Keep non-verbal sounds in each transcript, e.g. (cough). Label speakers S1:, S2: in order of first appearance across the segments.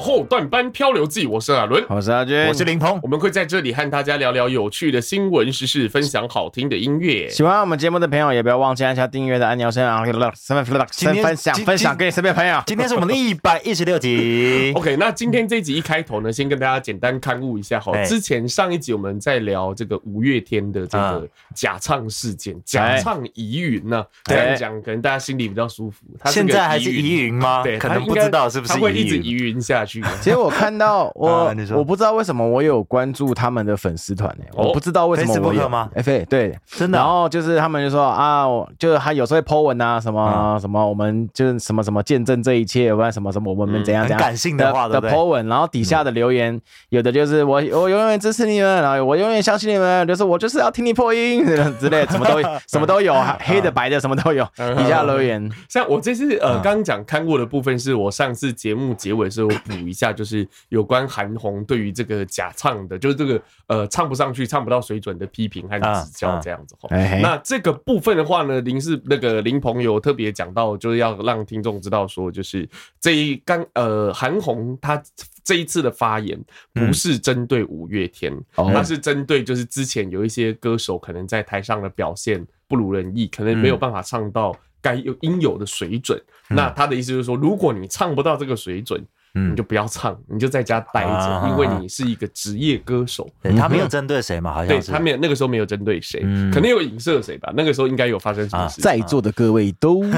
S1: 后段班漂流记》，我是阿伦，
S2: 我是阿军，
S3: 我是林鹏
S1: 我。们会在这里和大家聊聊有趣的新闻时事，分享好听的音乐。，
S2: 喜欢我们节目的朋友，也不要忘记按下订阅的按钮声啊！身份
S3: 今天
S2: 分享
S3: 今
S2: 分享
S3: 今
S2: 给你身边朋友。
S3: 今天是我们的一百一十六集
S1: OK，那 (laughs) 今天这集一开头呢，先跟大家简单刊物一下哈
S3: 哎。
S1: 之前上一集我们在聊这个五月天的这
S3: 啊
S1: 个假唱事件，假唱疑云呢，这
S3: 对
S1: 样讲可能大家心里比较舒服。他
S3: 哎现在还是
S1: 疑
S3: 疑云吗？
S1: 对，
S3: 可
S1: 他
S3: 能
S1: 应
S3: 不
S1: 该
S3: 知道是不是
S1: 他会一直疑
S3: 疑云。
S1: 云下去。
S2: 其实我看到我
S3: (laughs) 啊你，说
S2: 我不知道为什么我有关注他们的粉丝团呢？
S1: 哦
S2: 我不知道为什么我
S3: Facebook
S2: 有
S3: 吗
S2: 哎对对，
S3: 真的啊
S2: 然后就是他们就说啊，我就是他有时候会 po 文啊，什么什么，我们就是什么什么见证这一切，不然什么什么，我们怎样
S3: 嗯很
S2: 怎样
S3: 感性的话对
S2: 的
S3: 不对嗯
S2: po 文，然后底下的留言有的就是我我永远支持你们，然后我永远相信你们，就是我就是要听你破音之类，什么
S3: (laughs)
S2: 都什么都有，
S3: 嗯
S2: 黑的白的什么都有，
S1: 嗯
S2: 底下留言
S1: 像我这次呃，
S3: 嗯
S1: 刚刚讲看过的部分，是我上次节目结尾的时候补一下，就是有关韩红对于这个假唱的，就是这个呃唱不上去、唱不到水准的批评和指教这样子
S3: 嗯
S1: 哈。
S2: 哎嘿
S1: 那这个部分的话呢，林是那个林朋友特别讲到，就是要让听众知道说，就是这一刚呃韩红她这一次的发言不是针对五月天，
S2: 哦
S1: 她是针对就是之前有一些歌手可能在台上的表现不如人意，可能没有办法唱到该有应有的水准。那他的意思就是说，如果你唱不到这个水准，
S3: 嗯
S1: 你就不要唱，你就在家待着，
S3: 啊
S1: 因为你是一个职业歌手。
S3: 对他没有针对谁嘛？好
S1: 嗯对
S3: 像是
S1: 他没有那个时候没有针对谁，
S3: 嗯
S1: 可能有影射谁吧。那个时候应该有发生什么事情。
S2: 在座的各位都
S3: 嗯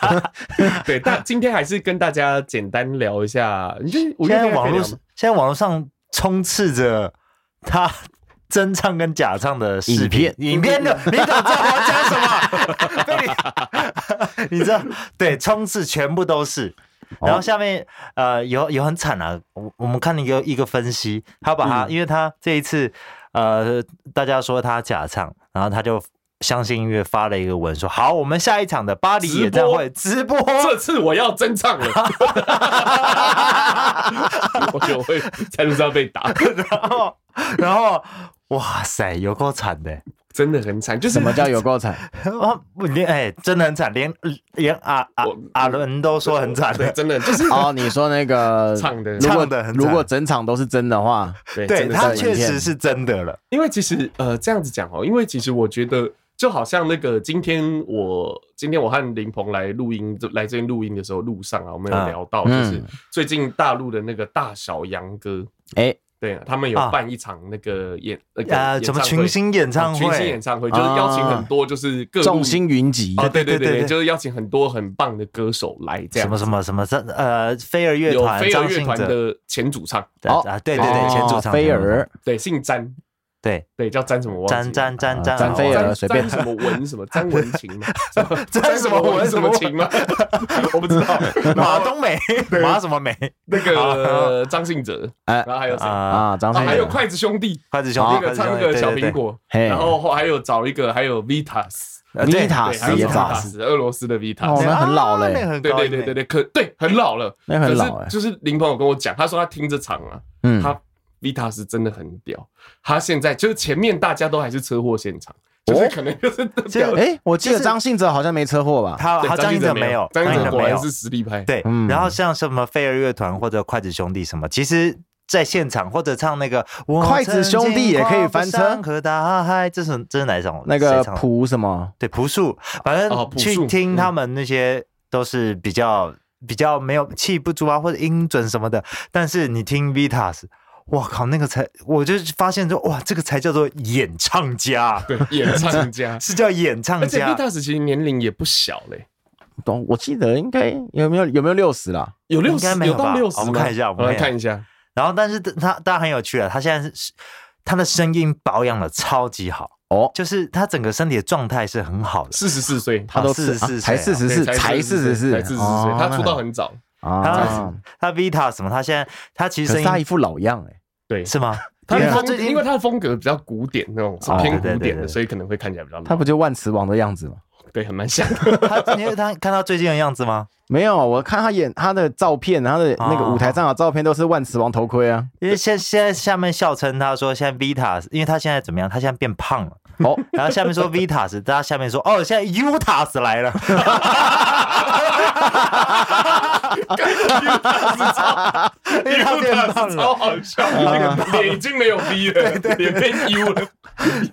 S3: 啊
S1: 对，
S3: (laughs)
S1: 但今天还是跟大家简单聊一下。你就是我
S3: 现
S1: 觉得
S3: 在网络现在网络上充斥着他真唱跟假唱的视频影片的，你怎么知道我要讲什么？被你你知道， (laughs) 对，哦充斥全部都是。然后下面呃有有很惨啊，我我们看了一个一个分析，他把他、
S1: 嗯
S3: 因为他这一次呃大家说他假唱，然后他就。相信音乐发了一个文说：“好，我们下一场的巴黎演唱会直播，
S1: 这次我要真唱
S3: (laughs)
S1: 了，我觉得我会在路上被打，
S3: 然后，然后，哇塞，有够惨的！
S1: 真的很惨。就是
S2: 什么叫有够惨？
S3: 哇，连哎、真的很惨，连连阿阿
S1: 我
S3: 阿伦都说很惨
S1: 对，
S3: 的。
S1: 真的就是
S2: (laughs) 哦，你说那个
S1: 唱的
S2: 如果
S3: 唱得很惨
S2: 如果整场都是真的话，
S3: 对
S1: 真的是
S3: 他
S2: 是
S3: 确
S2: 影片
S3: 实是真的了，
S1: 因为其实呃这样子讲哦，因为其实我觉得就好像那个今天我今天我和林鹏来录音就来这边录音的时候，路上啊我们有
S3: 啊
S1: 聊到就是
S2: 嗯
S1: 最近大陆的那个大小杨哥，
S2: 哎，
S1: 对啊，他们有
S3: 啊
S1: 办一场那个演那个
S3: 啊，
S1: 演
S3: 怎么
S1: 唱会
S3: 群星演唱
S1: 哦
S3: 会？啊
S1: 群星演唱会，就是邀请很多就是各路
S2: 众星云集
S3: 哦
S1: 啊，对对
S3: 对对
S1: 对
S3: 对
S1: 对，
S3: 对
S1: 就是邀请很多很棒的歌手来这样
S3: 什么什么什么什呃，飞儿乐
S1: 有
S3: 团，
S1: 飞儿
S3: 张
S1: 乐
S3: 信
S1: 团
S3: 哲，
S1: 的前主唱，
S3: 对
S2: 哦
S3: 啊，对对对，
S1: 哦
S3: 前主唱
S2: 菲
S3: 前主唱
S2: 儿，
S1: 对，姓詹，
S3: 对，
S1: 对，叫詹什么？我忘记了
S3: 詹詹詹
S2: 啊
S3: 詹哦
S2: 詹菲儿
S1: 詹
S2: 随便
S1: 詹什么文
S3: (laughs)
S1: 什么詹文琴吗？什么
S3: 詹什么文
S1: 什么琴吗？ (laughs) 我不知道。
S3: (laughs) 马
S1: (laughs)
S3: 东美，马什么美
S1: 那个张信哲，
S2: 哎
S1: 然后还有谁？啊，
S3: 啊，
S2: 啊，张飞
S1: 还有筷子兄弟，
S3: 筷子兄
S1: 那
S3: 弟，
S1: 个
S3: 筷子
S1: 唱那
S3: 兄
S1: 个
S3: 弟
S1: 小
S3: 对对
S1: 苹果，
S2: 嘿
S1: 然后还有找一个，还有 Vitas，
S3: 呃对
S2: 妮塔
S1: 对，还有
S2: 斯也
S1: 什么
S2: 找
S1: Vitas，俄罗斯的 Vitas
S2: 哦。
S3: 对
S2: 那很
S3: 啊
S2: 老嘞
S3: 那个很
S1: 对
S3: 高
S1: 对
S3: 音
S1: 对对
S3: 嘞
S1: 对，可对很老了，
S2: 那很老
S3: 欸
S1: 可
S2: 哎
S1: 是就是林朋友跟我讲，他说他听这场啊，
S2: 嗯，
S1: 他 Vita 是真的很屌，他现在就是前面大家都还是车祸现场，
S3: 哦
S1: 就是可能就是表
S3: 就
S2: 哎，我记得
S3: 就是
S2: 张信哲好像没车祸吧？
S3: 他他张信哲没
S1: 没
S3: 有，
S1: 张信哲果
S3: 没
S1: 然
S3: 有。
S1: 是实力派。
S3: 对
S2: 嗯，
S3: 然后像什么飞儿乐团或者筷子兄弟什么，其实在现场或者唱那个我
S2: 筷子兄弟也可以翻车
S3: 曾经跨过山和大海，这是这是哪一首？
S2: 那
S3: 谁
S2: 个
S3: 唱的
S2: 朴什么？
S3: 对朴树，反
S1: 哦
S3: 正
S1: 朴树
S3: 去听他们那些都是比较比较没有气不足啊，或者音准什么的。但是你听 Vitas，哇靠，那个才我就发现说，哇，这个才叫做演唱家，。
S1: 对，演唱家
S3: (laughs) 是叫演
S1: 而
S3: 唱
S1: 且
S3: 家。
S1: Vitas 其实年龄也不小嘞，
S2: 懂？我记得应该有没有有没有六十啦？
S1: 有六
S3: 应
S1: 十，
S3: 该没有
S1: 有到
S3: 吧
S1: 六十
S3: 我们看一下我们
S1: 来看
S3: 看
S1: 一下。
S3: 然后，但是他他很有趣啊，他现在是他的声音保养的超级好。
S2: 哦，
S3: 就是他整个身体的状态是很好的。
S1: 四十四岁，
S2: 他都
S3: 啊44
S2: 啊
S3: 岁
S2: 才
S3: 啊
S2: 四十
S1: 对
S2: 四，才四十四，
S1: 才四十岁，
S3: 哦
S1: 他出道很早。
S2: 啊
S3: 他，他 Vita 什么，他现在他其实
S2: 可
S3: 声
S2: 是他一
S3: 音
S2: 副老样哎。
S1: 对，
S3: 是吗？
S1: 他
S3: 因为
S1: 的
S3: 他
S1: 风
S3: 最
S1: 格，因
S3: 近
S1: 为他的风格比较古典那种，
S2: 哦
S1: 偏
S3: 对对
S1: 古
S3: 啊对
S1: 典的，
S3: 对
S1: 所以可能会看起来比较
S2: 他
S1: 老。
S2: 不就万磁王的样子吗？
S1: 对，很蛮像。
S3: 他你有他看他最近的样子吗？
S2: 没有，我看他演他的照片，他的那个
S3: 哦
S2: 舞台上的照片都是万磁王头盔啊。
S3: 因为现现在下面笑称他说现在 Vita，因为他现在怎么样？他现在变胖了。
S2: 哦，
S1: (laughs)
S3: 然后下面说 Vitas，大家下面说哦，现在 Utas 来了， (laughs) 因为他变胖
S1: 超
S3: 了，
S1: 好笑，那个
S3: (laughs)
S1: 脸已经没有 V 了，脸变 U 了。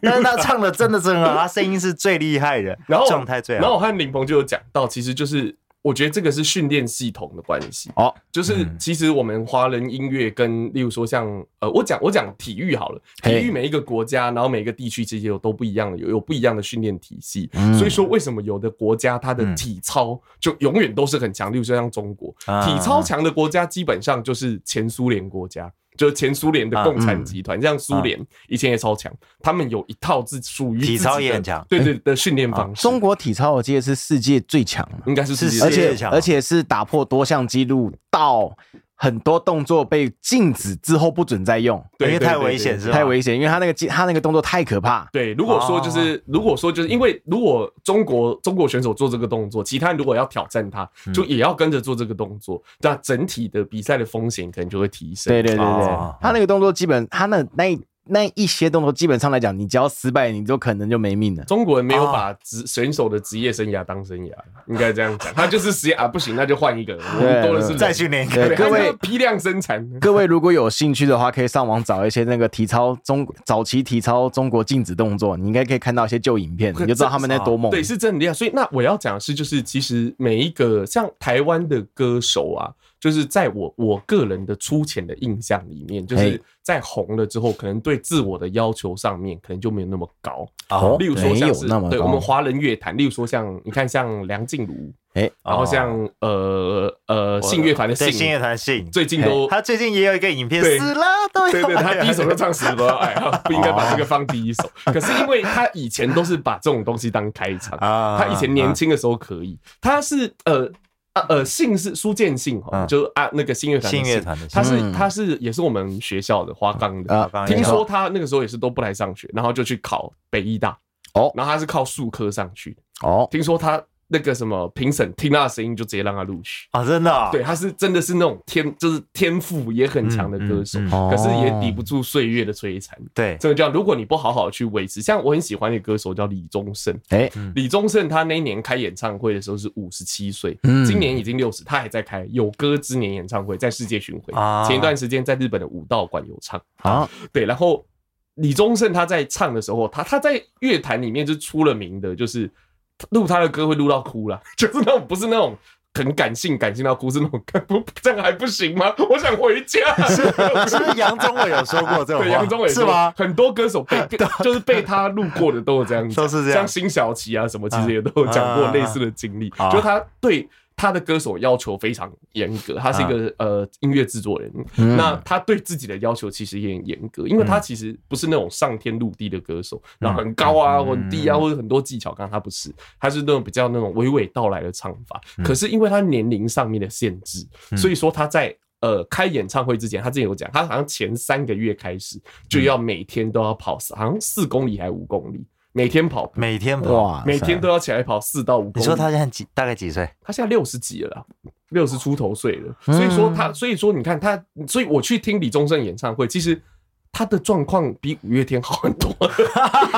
S3: 但是他唱的真的真的，他声音是最厉害的，
S1: 然后
S3: 状态最
S1: 然后
S3: 好。
S1: 我和林鹏就有讲到，其实就是我觉得这个是训练系统的关系，
S2: 哦，
S1: 就是
S3: 嗯
S1: 其实我们华人音乐跟例如说像呃，我讲我讲体育好了，体
S2: 嘿
S1: 育每一个国家，然后每个地区其实有都不一样的，有有不一样的训练体系
S2: 嗯，
S1: 所以说为什么有的国家它的
S3: 嗯
S1: 体操就永远都是很强，例如说像中国，
S3: 啊
S1: 体操强的国家基本上就是前苏联国家。就是前苏联的共
S2: 啊
S1: 产
S2: 嗯
S1: 集团，像苏联以前也超强，他们有一套自属于
S3: 啊体
S1: 自
S3: 操
S1: 己
S3: 也
S1: 的
S3: 很强哎
S1: 对对的训练方式。
S2: 中国体操我记得是世界最强的，
S1: 应该是世界上
S2: 而
S3: 啊是世界
S2: 且
S3: 强
S2: 而且是打破多项纪录，到很多动作被禁止之后不准再用，
S1: 对
S3: 因为
S1: 对
S3: 太
S1: 对
S3: 危
S1: 对
S3: 险
S1: 对
S3: 是吧？
S2: 太危险，因为他那个技他那个动作太可怕。
S1: 对，如果说
S2: 哦
S1: 就是，如果说就是因为如果中国中国选手做这个动作，其他人如果要挑战他，
S2: 嗯
S1: 就也要跟着做这个动作，那整体的比赛的风险可能就会提升。
S2: 对对对对
S3: 哦，
S2: 他那个动作基本他那那一那一些动作基本上来讲，你只要失败，你就可能就没命了。
S1: 中国人
S2: 哦
S1: 没有把职选手的职业生涯当生涯，应该这样讲，他就是实验啊，不行，那就换一个，我们多的是人
S3: 再训练一
S2: 对
S3: 个
S1: 对，
S2: 各
S1: 各
S2: 位
S1: 位批量生产。
S2: 各位如果有兴趣的话，可以上网找一些那个体操中早期体操中国禁止动作，你应该可以看到一些旧影片，你就知道他们在多猛。
S1: 对，是真的厉害。所以那我要讲的是，就是其实每一个像台湾的歌手啊，就是在我我个人的粗浅的印象里面，就
S2: 嘿
S1: 是在红了之后，可能对自我的要求上面可能就没有那么高。
S3: 哦
S1: 例如说像
S2: 没
S1: 是
S2: 有那么高
S1: 对我们华人乐坛，例如说像你看像梁静茹，
S2: 哎，
S1: 然后像、呃呃信乐团的
S3: 对信
S1: 信
S3: 乐，团信，
S1: 最近都。
S3: 他最近也有一个影片，
S1: 对
S3: 死了都
S1: (laughs) 对
S3: 要
S1: 对，他第一首就唱《死不要
S2: (laughs)
S1: 爱》啊，不应该把
S2: 哦
S1: 这个放第一首。可是因为他以前都是把这种东西当开场，
S3: 啊
S1: 他以前年轻的时候可以，他是呃。啊呃，姓是苏建信哈，
S3: 嗯
S1: 就是啊那个新乐团的
S3: 信
S1: 信，
S3: 乐团的信
S1: 他是
S2: 嗯
S1: 他是也是我们学校的花岗的
S2: 啊
S3: 刚刚也
S1: 听
S3: 有
S1: 说他那个时候也是都不来上学，然后就去考北医大
S2: 哦
S1: 然后他是靠数科上去的。
S2: 哦，
S1: 听说他那个什么评审听他的声音就直接让他录取，
S3: 啊，真的啊
S1: 对，他是真的是那种天就是天赋也很强的歌手
S3: 嗯
S2: 嗯
S3: 嗯，
S1: 可是也抵不住岁月的摧残。
S3: 对
S1: 真的这样，如果你不好好去维持，像我很喜欢的歌手叫李宗盛，
S2: 哎，
S1: 李宗盛他那一年开演唱会的时候是五十七岁
S2: 嗯，
S1: 今年已经六十，他还在开有歌之年演唱会，在世界巡回
S3: 啊。
S1: 前一段时间在日本的武道馆有唱，
S2: 好，
S1: 对，然后李宗盛他在唱的时候，他他在乐坛里面是出了名的，就是录他的歌会录到哭了， (laughs) 就是那种不是那种。很感性，感性到哭是那种， (laughs) 不这样还不行吗？我想回家。
S3: 是不是杨宗纬有说过这种话？
S1: 对，杨宗纬
S3: 是吗？
S1: 很多歌手被
S3: (laughs)
S1: 被就是被他路过的都有这样讲，
S3: 都是这样
S1: 像辛晓琪啊什么，其实也都有讲过类似的经历。
S3: 啊啊啊
S1: 就他对他的歌手要求非常严格，他是一个
S3: 啊
S1: 呃音乐制作人，
S2: 嗯
S1: 那他对自己的要求其实也很严格，因为他其实不是那种上天入地的歌手，然后很高啊、
S3: 嗯嗯
S1: 很低啊，或者很多技巧，刚刚他不是，他是那种比较那种娓娓道来的唱法。
S3: 嗯
S1: 可是因为他年龄上面的限制，所以说他在呃开演唱会之前，他之前有讲，他好像前三个月开始就要每天都要跑，好像四公里还五公里，每天跑步，
S3: 每天跑。
S2: 哇塞，
S1: 每天都要起来跑四到五公里。
S3: 你说他现在几大概几岁？
S1: 他现在六十几了啦，六十出头岁了，所以说他，所以说你看他，所以我去听李宗盛演唱会，其实他的状况比五月天好很多。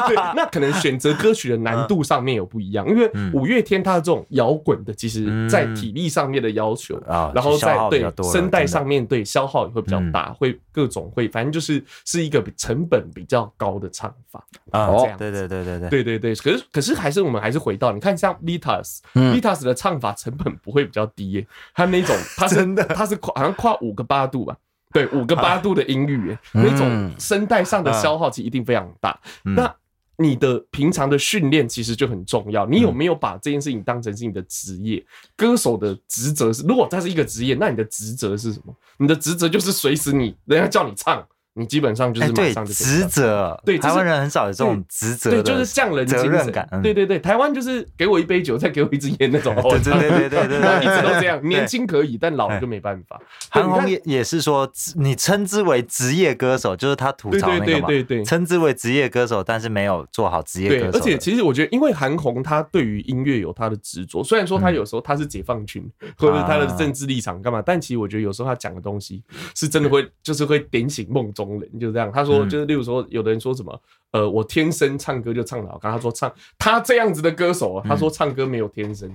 S1: 对，那可能选择歌曲的难度上面有不一样，因为五月天他的这种摇滚的，其实在体力上面的要求
S3: 啊
S1: 然后
S3: 消
S1: 在
S3: 耗比
S1: 对
S3: 较多了
S1: 声带
S3: 真的嗯
S1: 上面对消耗也会比较大，会各种会，反正就是是一个成本比较高的唱法。
S3: 啊
S1: 这样
S3: 对对对对对。
S1: 对对对，可是可是还是我们还是回到你看像 Vitas，Vitas、的
S3: 嗯
S1: 唱法成本不会比较低耶、他那
S3: (laughs)
S1: 种他是
S3: 真的
S1: 他是跨好像跨五个八度吧。对，五个八度的音域耶、
S3: 嗯
S1: 那种声带上的消耗其实一定非常大。那你的平常的训练其实就很重要，你有没有把这件事情当成是你的职业？歌手的职责是，如果它是一个职业，那你的职责是什么？你的职责就是随时你人家叫你唱，你基本上就是
S3: 哎，
S1: 马
S3: 对
S1: 上就可以唱
S3: 职责，
S1: 对这
S3: 台
S1: 是
S3: 湾人很少有这种职责的，
S1: 对，就是匠人精
S3: 责
S1: 神
S3: 任感，嗯
S1: 对对对，台湾就是给我一杯酒，再给我一支烟那种。哦
S3: (laughs) 对对对对对
S1: (laughs)
S3: 对
S1: 那
S3: 对，
S1: 一直都这样，
S3: 对哎
S1: 年。轻可以，但老了就没办法。对
S3: 韩红也也是说，你称之为职业歌手，就是他吐槽
S1: 对
S3: 那个
S1: 对
S3: 嘛，
S1: 对对对
S3: 称之为职业歌手，但是没有做好职业
S1: 对，
S3: 歌手
S1: 而
S3: 的。
S1: 且其实我觉得，因为韩红她对于音乐有她的执着，虽然说她有时候她是解放军，或
S3: 啊
S1: 者是她的政治立场干嘛，但其实我觉得有时候她讲的东西是真的会，就是会点醒梦中人，就这样。她说，
S3: 嗯
S1: 就是例如说，有的人说什么，呃，我天生
S3: 嗯
S1: 唱歌就唱得好，刚她说唱她这样子的歌手啊，她说唱歌没有天生，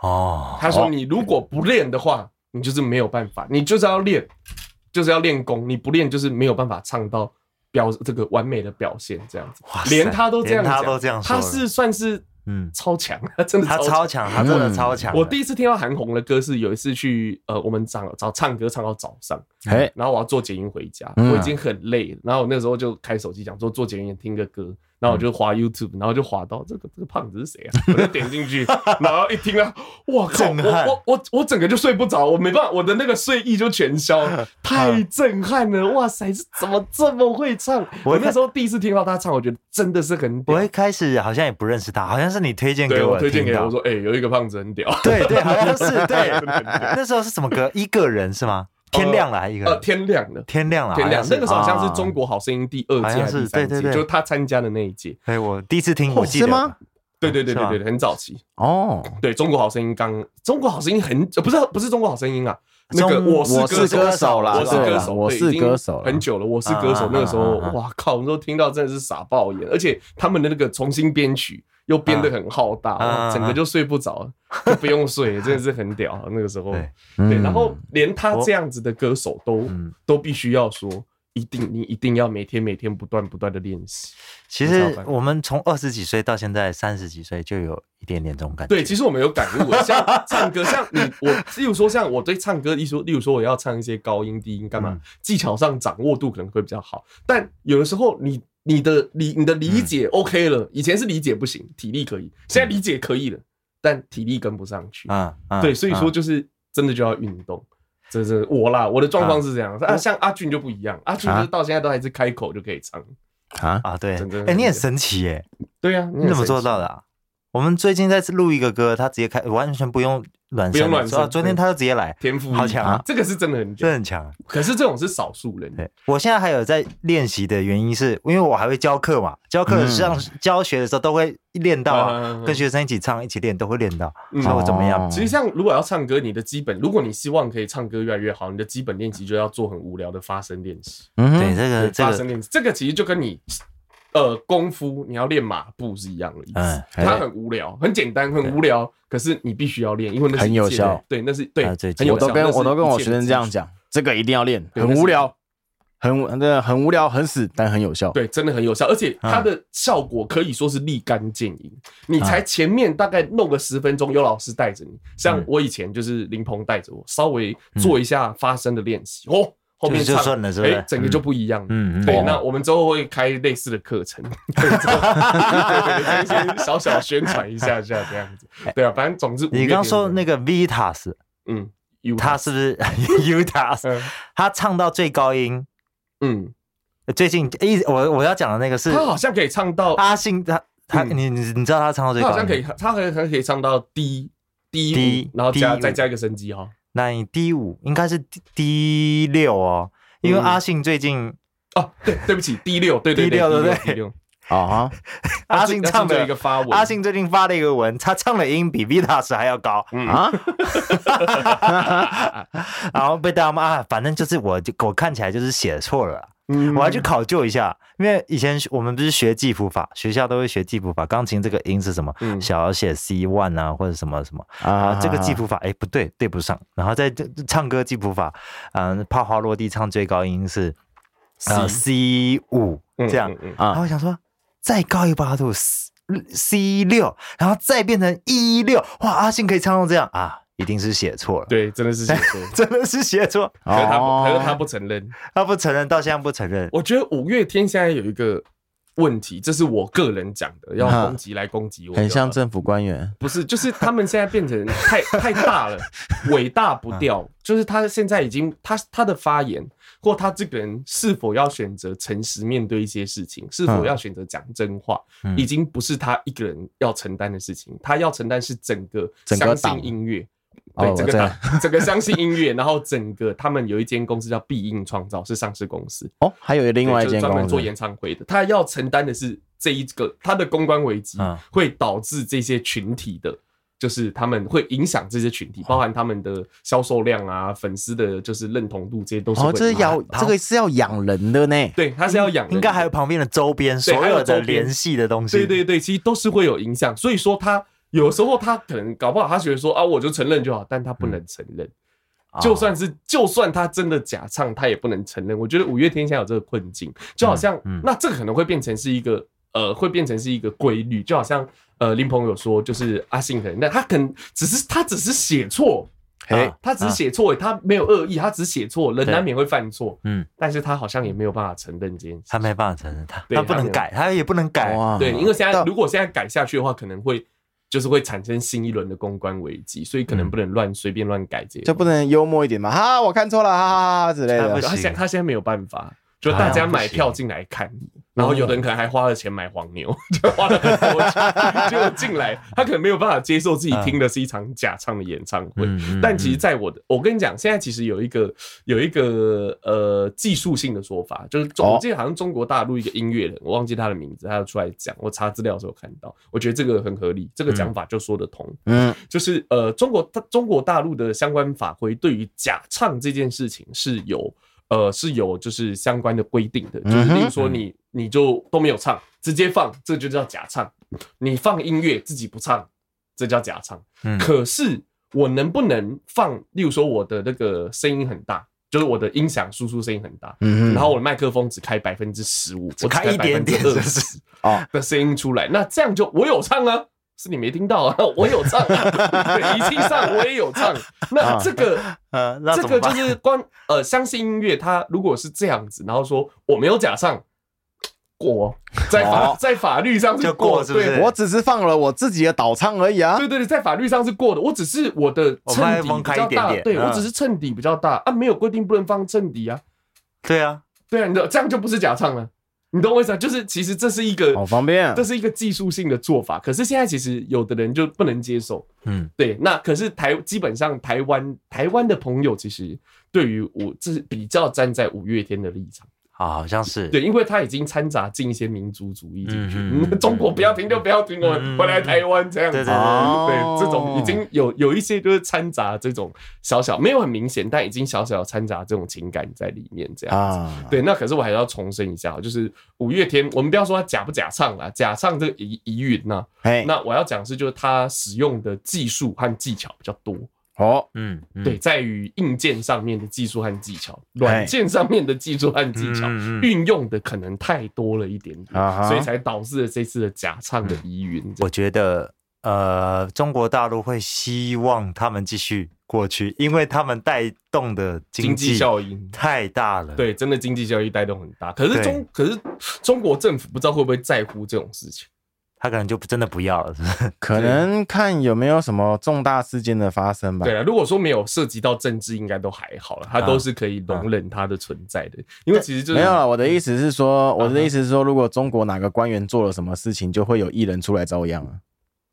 S3: 哦，
S1: 他说你如果不练的话，你就是没有办法，你就是要练，就是要练功，你不练就是没有办法唱到表这个完美的表现，这样子
S3: 哇。塞
S1: 连他都这样
S3: 连
S1: 讲，
S3: 他都这样说
S1: 他
S3: 了
S1: 是算是
S3: 嗯
S1: 超强， (laughs) 他真的
S3: 他
S1: 强嗯
S3: 超强，他真的超强的。
S1: 我第一次听到韩红的歌是有一次去呃，我们早早唱歌唱到早上，
S2: 哎，
S1: 然后我要坐捷运回家，
S2: 嗯啊
S1: 我已经很累了，然后我那时候就开手机讲说坐捷运听个歌，然
S3: 嗯
S1: 后我就滑 YouTube，然后就滑到这个这个胖子是谁啊，我就点进去，然后一听啊，哇靠，
S3: 震撼
S1: 我我我我整个就睡不着，我没办法，我的那个睡意就全消，
S3: 嗯
S1: 太震撼了，哇塞，是怎么这么会唱？
S3: 我
S1: 我那时候第一次听到他唱，我觉得真的是很屌
S3: 我。一开始好像也不认识他，好像是你推荐
S1: 对
S3: 给
S1: 我
S3: 我
S1: 推荐给
S3: 听到
S1: 我说，哎、有一个胖子很屌，
S3: 对对，好像是
S1: (laughs)
S3: 对
S1: 真的很。屌
S3: 那时候是什么歌？一个人是吗？天亮了还一个
S1: 呃，(laughs)
S3: 人？
S1: 天亮了。
S3: 天亮了，
S1: 天亮
S3: 好像，是
S1: 那个时候好像是
S3: 啊
S1: 中国好声音第二
S3: 好
S1: 届
S3: 像
S1: 还
S3: 是
S1: 第三
S3: 对对
S1: 届，
S3: 对
S1: 就是他参加的那一届。
S3: 哎，我第一次听，
S2: 哦
S3: 我记得
S2: 是吗
S1: 对对对
S3: 是
S1: 对
S3: 吗
S1: 对，对很早期。
S2: 哦，
S1: 对中国好声音刚，中国好声音很呃不是不是中国好声音啊，那个
S3: 中
S1: 我
S2: 我
S1: 是
S2: 是歌手啦
S1: 我是歌
S2: 对啦
S1: 手，
S2: 我
S1: 对
S2: 是
S1: 已经
S2: 歌手啦
S1: 很久了，我是歌手
S3: 啊。
S1: 那个时候
S3: 啊啊啊，
S1: 哇靠，我们都听到真的是傻爆眼，而且他们的那个重新编曲又编得很浩大，
S3: 啊啊啊
S1: 哇整个就睡不着，
S3: (laughs)
S1: 就不用睡，真的是很屌。那个时候，
S3: 对
S1: 对，
S2: 嗯
S1: 然后连他
S3: 我
S1: 这样子的歌手都
S3: 嗯
S1: 都必须要说，一定你一定要每天每天不断不断的练习。
S3: 其
S1: 很
S3: 实
S1: 少办
S3: 我们从二十几岁到现在三十几岁，就有一点点这种感觉。
S1: 对，其实我们有感悟的，
S3: (laughs)
S1: 像唱歌，像你我，例如说像我对唱歌，例如说例如说我要唱一些高音、低音干嘛，
S3: 嗯
S1: 技巧上掌握度可能会比较好，但有的时候你。你的理你的理
S3: 嗯
S1: 解 OK 了，以前是理解不行，体力可以，现在理解可以了，但体力跟不上去。
S3: 嗯，嗯
S1: 对，所以说
S3: 嗯
S1: 就是真的就要运动。这是我啦，我的状况是这样。啊，像阿俊就不一样，阿俊就是到现在都还是开口就可以唱。
S2: 啊，
S3: 啊，对
S1: 真的，
S3: 哎，你很神奇耶，
S1: 对呀、啊，
S3: 你怎么做
S1: 到？
S3: 到的啊？我们最近在录一个歌，他直接开，完全不用暖身，
S1: 不用暖身
S3: 啊昨天他就直接来，
S1: 天赋异
S3: 好强啊
S1: 禀这个是真的很
S3: 这
S1: 强。
S3: 很强。
S1: 可是这种是少数人，
S3: 对，我现在还有在练习的原因是，因为我还会教课嘛，教课上、教学的时候都会练到、啊，
S1: 嗯
S3: 跟学生一起唱、一起练都会练到，
S1: 嗯
S3: 所以我怎么样？
S2: 哦
S1: 其实像如果要唱歌，你的基本，如果你希望可以唱歌越来越好，你的基本练习就要做很无聊的发声练习。
S2: 嗯
S3: 对
S2: 哼，
S3: 这个
S1: 对
S3: 呃这
S1: 发声
S3: 个，
S1: 练习，这个其实就跟你呃功夫你要练马步是一样的意思
S3: 嗯。
S2: 哎
S1: 它很无聊，很简单，很无聊，可是你必须要练，因为那是
S2: 很
S1: 一切
S2: 有
S1: 的
S2: 效。
S1: 对，那是对，
S3: 啊对
S1: 很有
S2: 我都
S1: 效
S2: 跟
S1: 那是
S2: 我都跟我学生这样
S1: 一切的基础。
S2: 讲，这个一定要练，
S1: 对
S2: 很
S1: 那是
S2: 无聊，很真的很无聊，很死，但很有效。
S1: 对，真的很有效，而且
S3: 嗯
S1: 它的效果可以说是立竿见影。你才前面大概弄个十分钟，有老师带着你，像
S3: 嗯
S1: 我以前就是林鹏带着我，稍微做一下发声的练习，哦，后面
S3: 就
S1: 唱
S3: 顺了是不是
S1: 哎，整个就不一样了。
S3: 嗯嗯
S1: 对，
S3: 嗯
S1: 那我们之后会开类似的课程， (laughs) 对之后对对对先小小宣传一下下这样子。对啊，反正总之
S3: 哎你刚说那
S1: 个，
S3: 个 Vitas，
S1: 嗯，有
S3: 他是不
S1: (laughs)
S3: 是 Utas？
S1: 嗯
S3: 他唱到最高音，
S1: 嗯，
S3: 最近一我我要讲的那个是
S1: 他好像可以唱到，
S3: 阿信，他他
S1: 嗯
S3: 你你你知道他唱到最
S1: 他好
S3: 高
S1: 像可以
S3: 音，，
S1: 他还还可以唱到低低
S3: 低
S1: 五然后加
S3: 低五
S1: 再加一个升级哈。
S3: 那你 D 五应该是 D- D 六哦，因为
S1: 嗯
S3: 阿信最近
S1: 哦，对，对不起，第六，对对
S3: 第六对不对
S1: 第六，
S2: 啊哈，
S3: (laughs) 阿信唱
S1: 的
S3: 的
S1: 一个发文，
S3: 阿信最近发了一个文，他 (laughs) 唱的音比 Vitas 还
S1: (laughs)
S3: 要高，
S1: 嗯
S2: 啊，
S3: 然后被大家骂，啊反正就是我就我看起来就是写错了啦，
S1: 嗯，
S3: 我还去考究一下，因为以前我们不是学记谱法，学校都会学记谱法，钢琴这个音是什么，
S1: 嗯
S3: 小写 C one 啊或者什么什么啊
S2: 啊，
S3: 这个记谱法哎不对，对不上，然后在这这唱歌记谱法，嗯、怕花落地唱最高音是呃 C 五
S1: 嗯
S3: 这样，
S1: 嗯嗯
S3: 然后我想说再高一个八度嗯 C 六，然后再变成一六，哇，阿信可以唱到这样啊，一定是写错了，，
S1: 对，真的是
S3: (laughs)
S1: 写错，
S3: 真的是写错，
S1: 可是他不，可是他
S2: 哦，
S1: 不承认。
S3: 他不承认，到现在不承认，
S1: 我觉得五月天现在有一个问题，这是我个人讲的，要
S3: 嗯
S1: 攻击来攻击我，
S2: 很像政府官员，
S1: 不是，就是他们现在变成 (laughs) 太太大
S2: (laughs)
S1: 了，伟大不掉。
S2: 嗯
S1: 就是他现在已经他他的发言，或他这个人是否要选择诚实面对一些事情，是否要选择讲真话，
S3: 嗯
S1: 已经不是他一个人要承担的事情。他要承担是整个
S2: 整
S1: 相
S2: 个党
S1: 信音乐。
S2: 哦
S1: 对，整个
S2: 这
S1: 党
S2: 样
S1: 整个相信音乐，然后整个他们有一间公司叫必应创造，是上市公司，
S2: 哦，还有另外一
S1: 对就是
S2: 间
S1: 专
S2: 公
S1: 门做
S2: 司，
S1: 演唱会的，他要承担的是这一个他的公关危机
S3: 嗯，
S1: 会导致这些群体的，就是他们会影响这些群体，包含他们的销售量啊、粉丝的，就是认同度，这些都是会
S2: 哦，这是
S1: 影
S2: 要
S1: 响
S2: 这个是要养人的呢，
S1: 对，他是要养人的，
S3: 应该还有旁边的周边所
S1: 还有
S3: 有
S1: 周
S3: 的
S1: 边
S3: 联系的东西，
S1: 对对对，其实都是会有影响，所以说他有时候他可能搞不好他觉得说啊，我就承认就好，但他不
S2: 嗯
S1: 能承认。
S3: 哦啊
S1: 就算是就算他真的假唱，他也不能承认。我觉得五月天现在有这个困境，就好像、
S3: 嗯嗯
S1: 那这个可能会变成是一个呃，会变成是一个规律，就好像呃林鹏有说，就是阿信可能那他可能只是他只是写错。
S3: 嘿
S1: 啊他只是写错，他没有恶意，他只是写错，人
S3: 对
S1: 难免会犯错，
S3: 嗯，
S1: 但是他好像也没有办法承认这件事
S3: 他。没办法承认，他
S1: 对
S3: 他不
S1: 他没
S3: 能
S1: 有
S3: 改，他也不能改，
S2: 哇
S1: 对，因为现在
S2: 到
S1: 如果现在改下去的话，可能会就是会产生新一轮的公关危机，所以
S3: 嗯
S1: 可能不能乱随便乱改这些
S2: 就不能幽默一点嘛？哈，我看错了，哈哈哈之类
S3: 他不
S2: 的
S3: 行。
S1: 他现在他现在没有办法，就大家买票进来看，然后有的人可能还花了钱买黄牛，就花了很多 (laughs)
S3: 嗯
S1: 钱，结果进来他可能没有办法接受自己听的是一场假唱的演唱会。
S3: 嗯嗯
S1: 但其实，在我的，我跟你讲，现在其实有一个有一个呃技术性的说法，就是中
S2: 哦
S1: 我记得好像中国大陆一个音乐人，我忘记他的名字，他要出来讲，我查资料的时候看到，我觉得这个很合理，这个讲法就说得通。
S2: 嗯，
S1: 就是呃，中国大中国大陆的相关法规对于假唱这件事情是有呃是有就是相关的规定的，就是
S2: 嗯哼
S1: 例如说你你就都没有唱，直接放，这就叫假唱；你放音乐自己不唱，这叫假唱。
S3: 嗯
S1: 可是我能不能放？例如说我的那个声音很大，就是我的音响输出声音很大，
S2: 嗯哼
S1: 然后我的麦克风只开百分之十五，我
S3: 开一点点
S1: 二
S3: 就
S1: 十
S3: 是。
S2: 哦，
S1: 的声音出来，那这样就我有唱啊，是你没听到啊， (laughs) 我有唱、啊
S3: (laughs)
S1: 对，仪器上我也有唱。那这个、
S3: 呃，啊 (laughs) 那
S1: 这
S3: 怎
S1: 个
S3: 么
S1: 就
S3: 办？
S1: 是关呃，相信音乐它如果是这样子，然后说我没有假唱过，在法、
S2: 哦
S1: 在法律上是
S3: 就过
S1: 过，
S3: 是不是
S1: 对
S2: 我只是放了我自己的倒唱而已啊。
S1: 对对对，在法律上是过的，我只是我的
S3: 我
S1: 衬
S3: 麦克
S1: 底
S3: 风
S1: 比
S3: 开
S1: 较
S3: 一点
S1: 大，
S3: 点
S1: 对我
S3: 嗯
S1: 只是衬底比较大啊，没有规定不能放衬底啊，
S3: 对啊，
S1: 对啊，你知道这样就不是假唱了，你懂我意思啊？就是其实这是一个
S2: 好方便啊
S1: 这。是一个技术性的做法，可是现在其实有的人就不能接受。
S3: 嗯，
S1: 对，那可是台基本上台湾台湾的朋友其实对于我这是比较站在五月天的立场，
S3: 好，好像是
S1: 对，因为他已经掺杂进一些民族主义进去，
S3: 嗯嗯嗯
S1: (laughs) 中国不要停就不要停，我们
S3: 嗯
S1: 回来台湾这样子。
S3: 对对对
S2: 哦
S1: 对，这种已经有有一些就是掺杂这种小小没有很明显，但已经小小掺杂这种情感在里面这样子。
S2: 啊，
S1: 对，那可是我还是要重申一下哦，就是五月天，我们不要说他假不假唱啦，假唱这个疑疑云呐、
S2: 哎，
S1: 那我要讲的是，就是他使用的技术和技巧比较多，
S2: 哦，
S3: 嗯，嗯
S1: 对，，在于硬件上面的技术和技巧，
S2: 哎
S1: 软件上面的技术和技巧
S3: 嗯嗯嗯
S1: 运用的可能太多了一点
S2: 啊哈
S1: 点，所以才导致了这次的假唱的疑云。
S3: 我觉得呃，中国大陆会希望他们继续过去，因为他们带动的
S1: 经济
S3: 济
S1: 效应，
S3: 太大了。，
S1: 对，真的经济效益带动很大。可是
S3: 对
S1: 中，可是中国政府不知道会不会在乎这种事情。
S3: 他可能就真的不要了。是不是
S2: 可能看有没有什么重大事件的发生吧
S1: 对。了，如果说没有涉及到政治，应该都还好
S3: 啊
S1: 了，它都是可以容忍它的存在的，因为其实就是
S2: 没有
S3: 啊
S2: 了，我的意思是说，我
S1: 嗯
S2: 的意思是说，如果中国哪个官员做了什么事情，就会有艺人出来遭殃啊。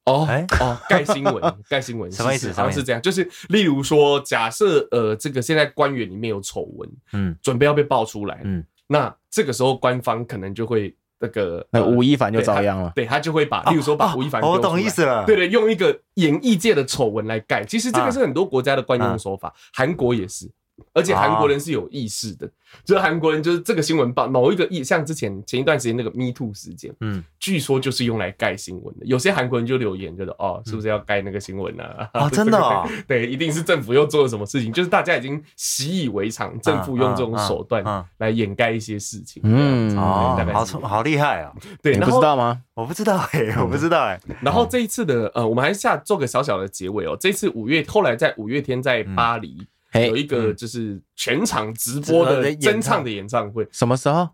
S1: 哦
S3: 哎 (laughs)
S1: 哦，盖新闻，盖新闻，
S3: 什么意思
S1: 是是
S3: 什
S1: 好
S3: 么
S1: 像
S3: 意思
S1: 是这样，就是例如说，假设呃，这个现在官员里面有丑闻，
S3: 嗯
S1: 准备要被爆出来，
S3: 嗯，
S1: 那这个时候官方可能就会那个
S2: 那吴
S1: 一
S2: 亦凡就遭殃了。
S1: 对他就会把，例如说把吴亦凡，
S3: 哦我懂意思。了。
S1: 对，对，用一个演艺界的丑闻来盖，其实这个是很多国家的惯用手法，韩国也是，而且韩国人是有意识的，就是韩国人就是这个新闻报某一个意，像之前前一段时间那个 Me Too 事件，
S3: 嗯，
S1: 据说就是用来盖新闻的。有些韩国人就留言，觉得哦，是不是要盖那个新闻呢、啊？ (laughs)
S3: 哦真的哦
S1: 对，一定是政府又做了什么事情，就是大家已经习以为常，政府用这种手段
S3: 嗯嗯嗯
S1: 来掩盖一些事情。
S2: 嗯哎
S1: 嗯，
S3: 哦
S1: 大概，是
S3: 好聪好厉害啊！
S1: 对，
S2: 你
S1: 然
S2: 不知
S1: 后
S2: 道吗？
S3: 我不知道哎，我不知道哎。
S1: 然后这一次的呃，我们还是下做个小小的结尾哦。这次五月后来在五月天在巴黎。
S2: 嘿
S3: 哎
S1: 有一
S3: 嗯
S1: 个就是全场直播的真唱的演唱会，
S2: 什么时候？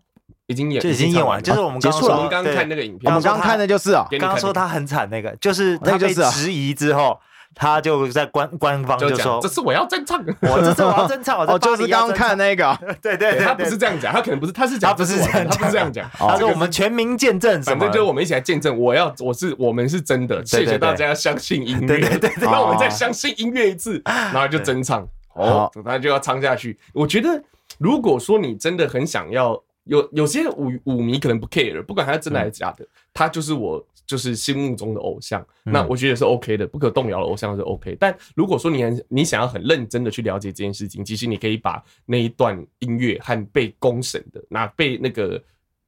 S1: 已经演
S3: 就已经演完，就是我们刚
S2: 结
S3: 刚
S2: 束了
S1: 我
S3: 说
S1: 们刚
S3: 对
S1: 看那个影片，
S2: 我们刚刚看的就是啊
S1: 给，你
S3: 刚刚
S1: 看
S3: 说
S1: 那个
S3: 他很惨那个，就是
S2: 那
S3: 他
S2: 个就
S3: 被
S2: 是啊
S3: 质疑之后，他就在官官方
S1: 就
S3: 就
S1: 讲
S3: 说
S1: 这：“是我要真唱。 (laughs)
S3: 我这次我要争吵，我在
S2: 哦，就
S3: 巴
S2: 是
S3: 黎要
S2: 刚刚看
S3: 争
S2: 那个啊，
S3: 吵，对对对，
S1: 他
S3: 对
S1: 不是这样讲，他可能不是，他是讲
S3: 他不是
S1: 这我的
S3: 这样
S1: 他
S3: 讲
S1: 不是这样讲，
S3: 他
S1: 这个
S3: 说我们全民见证什
S1: 反
S3: 么
S1: 正，就是我们一起来见证，我要我是我们是真的，
S3: 对
S1: 谢
S3: 对
S1: 谢
S3: 对
S1: 大家相信音乐，
S3: 对对对
S1: (laughs) 对，让我们再相信音乐一
S3: (laughs)
S1: 次，然后就真唱，哦
S2: 好，
S1: 那就要唱下去。我觉得如果说你真的很想要，有有些舞舞迷可能不 care，不管他
S3: 嗯
S1: 真的还是假的，他就是我就是心目中的偶像，
S3: 嗯
S1: 那我觉得是 OK 的，不可动摇的偶像是 OK。但如果说你很你想要很认真的去了解这件事情，其实你可以把那一段音乐和被公审的，那被那个。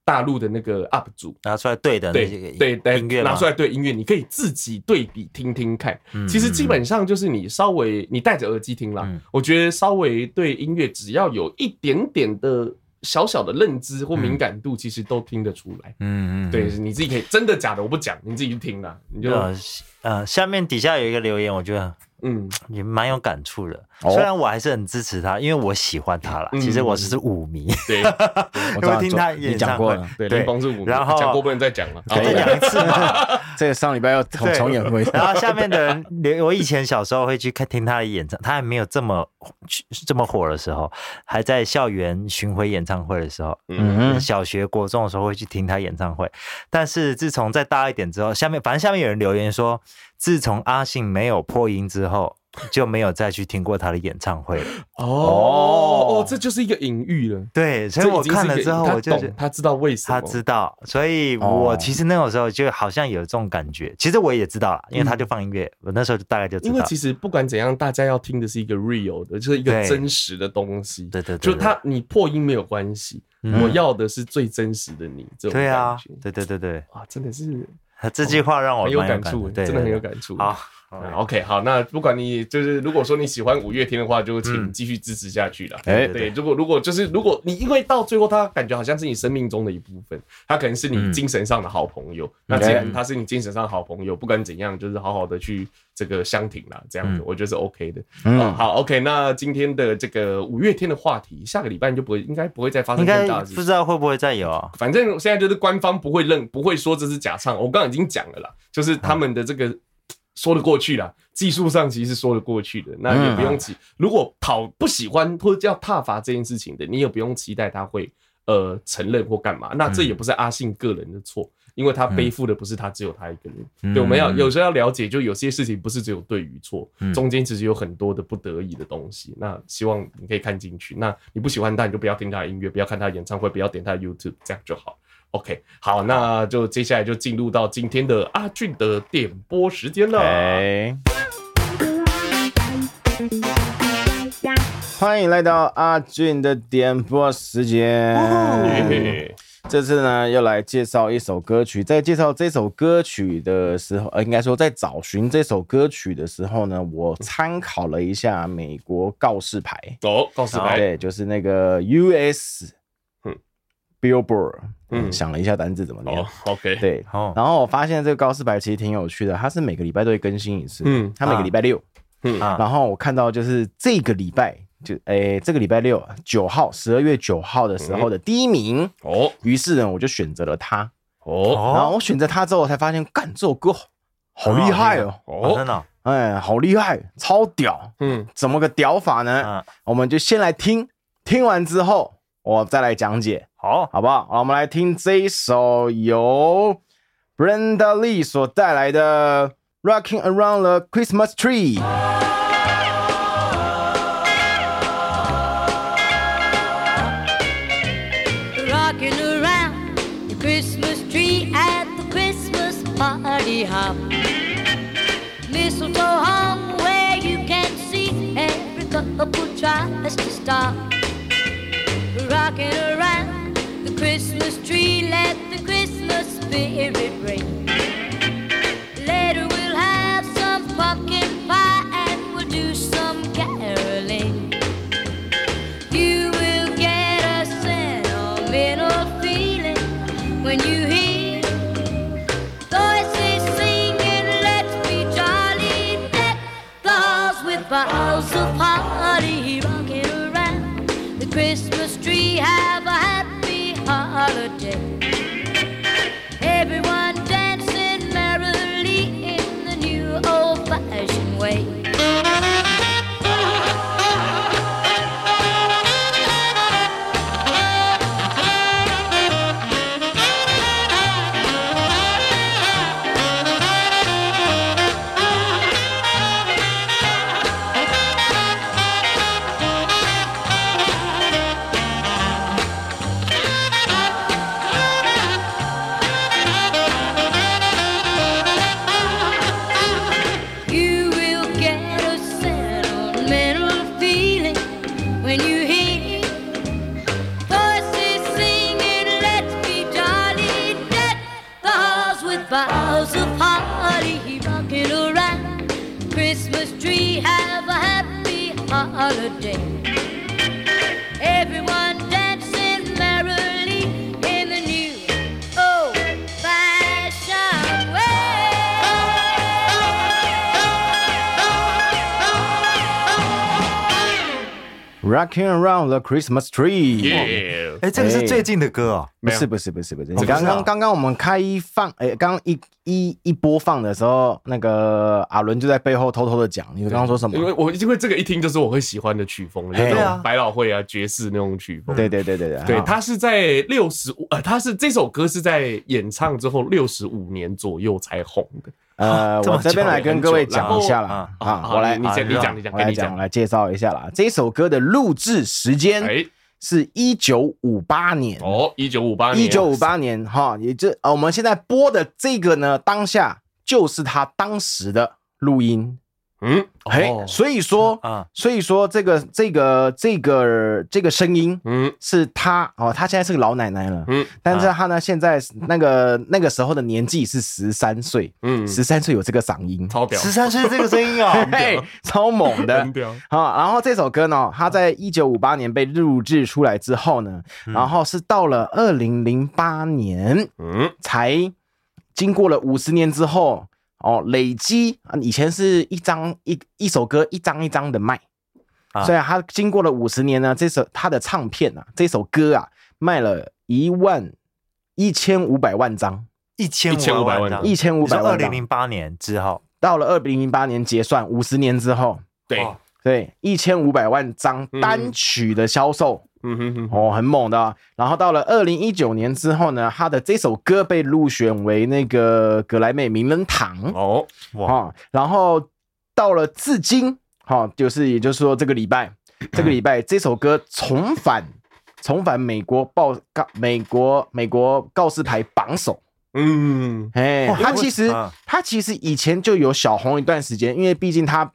S1: 大陆的那个 UP 主，
S3: 拿出来对的那
S1: 对
S3: 些
S1: 对对，
S3: 音乐
S1: 拿
S3: 吗
S1: 出来对音乐，你可以自己对比听听看。
S3: 嗯
S1: 其实基本上就是你稍微你戴着耳机听啦，
S3: 嗯
S1: 我觉得稍微对音乐只要有一点点的小小的认知或敏感度，其实都听得出来。
S3: 嗯嗯嗯，
S1: 对，你自己可以真的假的我不讲，你自己去听啦，你就
S3: 呃呃，下面底下有一个留言，我觉得
S1: 嗯
S3: 也蛮有感触的。
S2: 哦
S3: 虽然我还是很支持他，因为我喜欢他啦。
S1: 嗯
S3: 其实我是舞迷， (laughs)
S1: 对
S2: 嗯我
S3: 因
S2: 知道
S3: 为听他
S2: 你
S3: 演
S2: 讲
S3: 唱
S2: 过
S3: 会
S2: 了，
S1: 对，
S3: 对
S1: 林峰是五，
S3: 然后
S1: 讲过不能再讲了，
S2: 可以啊
S3: 再
S2: 了
S3: 讲一次嘛。
S2: (laughs) 这个上礼拜要重
S3: 对
S2: 重演过一次。
S3: 然后下面的人留，我以前小时候会去看听他的演唱，他还没有这么这么火的时候，还在校园巡回演唱会的时候，
S1: 嗯
S2: (laughs) 嗯，
S3: 小学、国中的时候会去听他演唱会，但是自从再大一点之后，下面反正下面有人留言说，自从阿信没有破音之后，就没有再去听过他的演唱会了。
S1: (laughs) 哦
S2: 哦
S1: 哦，这就是一个隐喻了。
S3: 对，所以
S1: 这已
S3: 我
S1: 经是
S3: 看
S1: 一
S3: 了
S1: 个
S3: 之后，
S1: 他
S3: 我就
S1: 懂
S3: 觉得
S1: 他知道为什么
S3: 他知道，所以我
S2: 哦
S3: 其实那种时候就好像有这种感觉。其实我也知道了，因为他就放音乐，我那时候就大概就
S1: 嗯
S3: 知
S1: 因为
S3: 道。
S1: 其实不管怎样，大家要听的是一个 real 的，就是一个
S3: 对
S1: 真实的东西。
S3: 对对对，
S1: 就
S3: 对
S1: 他，你破音没有关系，
S3: 嗯
S1: 我要的是最真实的你。这种
S3: 对
S1: 感
S3: 啊
S1: 觉，
S3: 对对对对，
S1: 啊，真的是
S3: 他这句话让我
S1: 很有
S3: 哦蛮
S1: 感
S3: 触
S1: 触，
S3: 的，对，
S1: 真的很有
S3: 对。
S1: 感触。
S3: 好
S1: 啊，，OK，好，那不管你就是，如果说你喜欢五月天的话，就请
S3: 嗯
S1: 继续支持下去啦。
S2: 哎
S3: 对
S1: 对，如果如果就是如果你因为到最后，他感觉好像是你生命中的一部分，他可能是你
S3: 嗯
S1: 精神上的好朋友。那既然他是你精神上的好朋友，不管怎样，就是好好的去这个相挺啦，这样子
S3: 嗯
S1: 我觉得是 OK 的。
S2: 嗯
S1: 哦好，OK，那今天的这个五月天的话题，下个礼拜就不会，应该不会再发
S3: 应
S1: 生
S3: 该
S1: 更大的事
S3: 不
S1: 情。
S3: 知道会不会再有啊？
S1: 反正现在就是官方不会认，不会说这是假唱。我刚刚已经讲了啦，就是他
S3: 嗯
S1: 们的这个说得过去啦，技术上其实是说得过去的，那也不用
S3: 嗯
S1: 期。如果讨不喜欢或者叫踏伐这件事情的，你也不用期待他会呃承认或干嘛。那
S2: 嗯
S1: 这也不是阿信个人的错。因为他背负的不是他只有他一个人，
S3: 嗯
S1: 对，我们要有时候要了解，就有些事情不是只有对与错，
S3: 嗯
S1: 中间其实有很多的不得已的东西。那希望你可以看进去。那你不喜欢他，你就不要听他的音乐，不要看他的演唱会，不要点他的 YouTube，这样就好。OK，好，那就接下来就进入到今天的阿俊的点播时间了。嗯
S2: 哎，欢迎来到阿俊的点播时间。
S1: 嘿
S2: 这次呢，要来介绍一首歌曲。在介绍这首歌曲的时候，呃，应该说在找寻这首歌曲的时候呢，我参考了一下美国告示牌，
S1: 走，告示牌，
S2: 对，就是那个 US，
S1: 哎嗯
S2: Billboard，嗯，
S1: 嗯
S2: 想了一下单字怎么念
S1: 哦，，OK，
S2: 对，
S3: 哦，
S2: 然后我发现这个告示牌其实挺有趣的，它是每个礼拜都会更新一次，嗯
S1: 嗯，
S2: 它每个礼拜六，
S1: 嗯
S3: 啊
S2: 然后我看到就是这个礼拜就诶这个礼拜六九号，十二月九号的时候的第一名，
S1: 哦
S2: 于是呢我就选择了它，
S1: 哦
S2: 然
S3: 哦
S2: 后我选择它之后才发现，干这首歌好好厉害哦，
S3: 哦，真
S1: 哦，
S3: 的哦，
S2: 哎，好厉害，超屌，
S1: 嗯，
S2: 怎么个屌法呢？
S3: 嗯，
S2: 我们就先来听，听完之后我再来讲解。
S3: 好，
S2: 好不好？好，我们来听这一首由 Brenda Lee 所带来的《Rocking Around the Christmas Tree》。
S4: Rocking around the Christmas tree at the Christmas party hop. Mistletoe hung where you can see every couple tries to stop. Rocking around the Christmas tree, let the Christmas spirit ring. Later we'll have some pumpkin pie and we'll do some caroling. You will get a sentimental feeling when you hear voices singing, let's be jolly, deck the halls with boughs of holly, rocking around the Christmas tree, have a happy holiday. Everyone dancing merrily in the new old-fashioned way. Christmas tree, have a happy holiday. Everyone dancing merrily in the new old fashioned way.
S2: Rocking around the Christmas tree。
S1: 耶！
S3: 哎，这个是最近的歌哦。
S2: 不
S1: 没有
S2: 是不是不是不是，
S3: 不是
S2: 刚
S3: 啊
S2: 刚刚刚我们开放，哎、刚刚一一一播放的时候，那个阿伦就在背后偷偷的讲，你刚刚说什么
S1: 因？为我因为这个一听就是我会喜欢的曲风，就是
S2: 对
S1: 那
S3: 啊
S1: 种百老汇啊、爵士那种曲风。
S2: 对啊对对对对，
S1: 对，
S2: 好
S1: 他是在六十五，呃，他是这首歌是在演唱之后六十五年左右才红的。
S2: 呃，
S3: 这么
S2: 我这边
S3: 久
S2: 来跟各位讲一下
S3: 然
S2: 啦
S3: 后，
S2: 啊，我来
S1: 你先，
S3: 啊
S1: 你
S3: 你
S1: 讲，你讲，
S2: 我
S1: 跟
S2: 来
S1: 你
S2: 讲，
S1: 讲
S2: 我。来介绍一下啦。这首歌的录制时间
S1: 哎，
S2: 是一九五八年，
S1: 哦，一九五八年，
S2: 一九五八年哈，也就呃，我们现在播的这个呢，当下就是他当时的录音，
S1: 嗯，
S2: 嘿，
S1: 哦，
S2: 所以说，
S3: 啊，
S2: 所以说这个这个这个这个声音
S1: 嗯
S2: 是他哦，他现在是个老奶奶了，
S1: 嗯
S2: 但是他呢，现在那个那个时候的年纪是十三岁，
S1: 嗯，
S2: 十三岁有这个嗓音，
S1: 超屌，
S3: 十三岁这个声音啊，
S2: 嘿，超猛的
S1: 很，屌，
S2: 好，然后这首歌呢，它在一九五八年被录制出来之后呢，然后是到了二零零八年
S1: 嗯，
S2: 才经过了五十年之后，哦，累积啊以前是一张一一首歌一张一张的卖，
S3: 啊
S2: 所以它经过了五十年呢，这首它的唱片啊，这首歌啊卖了一万一千五百万张，
S3: 一千
S1: 1500
S3: 万
S1: 万
S3: 张
S2: 一千五百
S3: 嗯二
S2: 万
S3: 零
S2: 张，
S3: 零八年之后，
S2: 到了二零零八年结算五十年之后，
S1: 对，
S3: 哇
S2: 对，一千五百万张
S1: 嗯
S2: 单曲的销售、
S1: 嗯哼哼哼，
S2: 哦，很猛的啊。然后到了二零一九年之后呢，他的这首歌被入选为那个格莱美名人堂
S1: 哦，
S3: 哇，
S2: 哦，然后到了至今，哦，就是也就是说这个礼拜，这个礼拜这首歌重返重返美国报告美国美国告示牌榜首。
S1: 嗯，
S2: 哎
S3: 哇，
S2: 他
S3: 因为
S2: 其实
S3: 啊
S2: 他其实以前就有小红一段时间，因为毕竟他，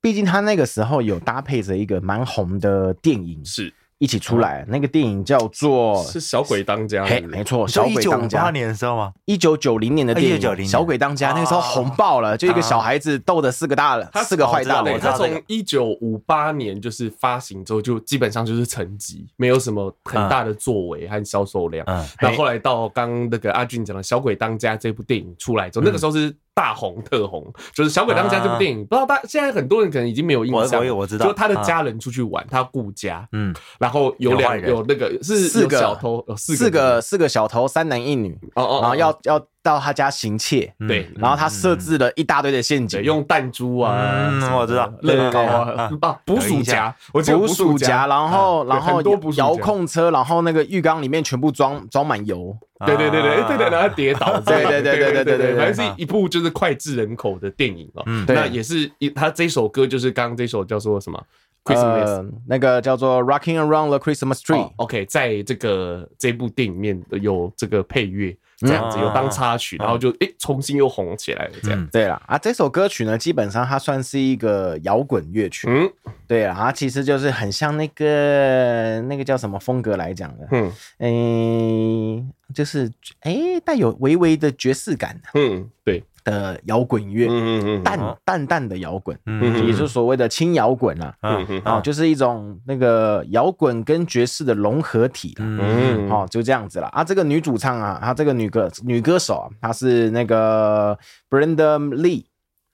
S2: 毕竟他那个时候有搭配着一个蛮红的电影
S1: 是
S2: 一起出来，那个电影叫做
S1: 是小鬼当家，
S2: 哦嘿，没错，
S3: 你
S2: 小
S3: 说一
S2: 鬼
S3: 九五
S2: 当
S3: 八
S2: 家，
S3: 年的时候吗？
S2: 一九九零年的电影
S3: 1990年
S2: 小鬼当家》，那个时候红爆了，就一个小孩子斗的四个大人，
S1: 哦他
S2: 四个坏蛋
S1: 哦对，
S3: 我知
S1: 他
S3: 道这
S1: 从一九五八年就是发行之后，就基本上就是沉寂，没有什么很大的作为和销售量。
S3: 嗯，
S1: 那后来到刚那个阿俊讲的《小鬼当家》这部电影出来之后，那个
S3: 嗯
S1: 时候是大红特红，就是《小鬼当家》这部电影，不知道大现在很多人可能已经没有印
S3: 啊我
S1: 象
S3: 我
S1: 了，
S3: 有我知道
S1: 就他的家人出去玩，他顾家，
S3: 嗯，
S1: 然后有
S3: 有坏
S1: 两
S3: 人
S1: 有那个是
S2: 四
S1: 有
S2: 个
S1: 小偷，有四个
S2: 四个四个小头，三男一女，
S1: 哦哦，
S2: 然
S1: 哦
S2: 后要要到他家行窃，
S3: 嗯
S1: 对
S2: 然后他设置了一大堆的陷
S1: 嗯对
S2: 阱，
S1: 用弹珠啊，
S3: 嗯
S1: 什么
S3: 我知道嗯
S1: 乐高
S3: 对对
S1: 啊，
S3: 对
S1: 啊捕
S3: 有
S1: 鼠
S3: 印象
S1: 夹，我记得
S2: 捕鼠夹，
S1: 夹，
S2: 然后
S1: 啊对
S2: 然后
S1: 很多捕鼠夹
S2: 遥控车，然后那个浴缸里面全部装装满油。
S1: 对对对对哎对对，然后跌
S2: (laughs)
S1: 倒之类的，
S2: 啊对对对对对对对对
S1: 反正是一部就是脍炙人口的电影哦。
S3: 嗯
S1: 那
S2: 对
S1: 也是一，他这首歌就是刚刚这首叫做什么？Christmas。
S2: 呃，那个叫做 Rocking Around the Christmas Tree，
S1: 哦、OK，在这个这部电影里面有这个配乐，这样
S2: 啊
S1: 子
S3: 嗯
S1: 有当插曲，然后就诶、重新又红起来了，这样。
S3: 嗯
S2: 对了啊，这首歌曲呢，基本上它算是一个摇滚乐曲。
S1: 嗯
S2: 对啊，它其实就是很像那个那个叫什么风格来讲的，
S1: 嗯
S2: 诶、就是诶带有微微的爵士感
S1: 嗯，对，
S2: 的摇滚乐，
S1: 嗯嗯嗯，
S2: 淡
S3: 哦
S2: 淡淡的摇滚，
S1: 嗯
S2: 也就是所谓的轻摇滚啊。
S1: 嗯嗯
S2: 啊、就是一种那个摇滚跟爵士的融合体啦。
S3: 嗯
S1: 嗯，
S2: 哦，就这样子了啊！这个女主唱啊，她这个女歌女歌手啊，她是那个 Brenda Lee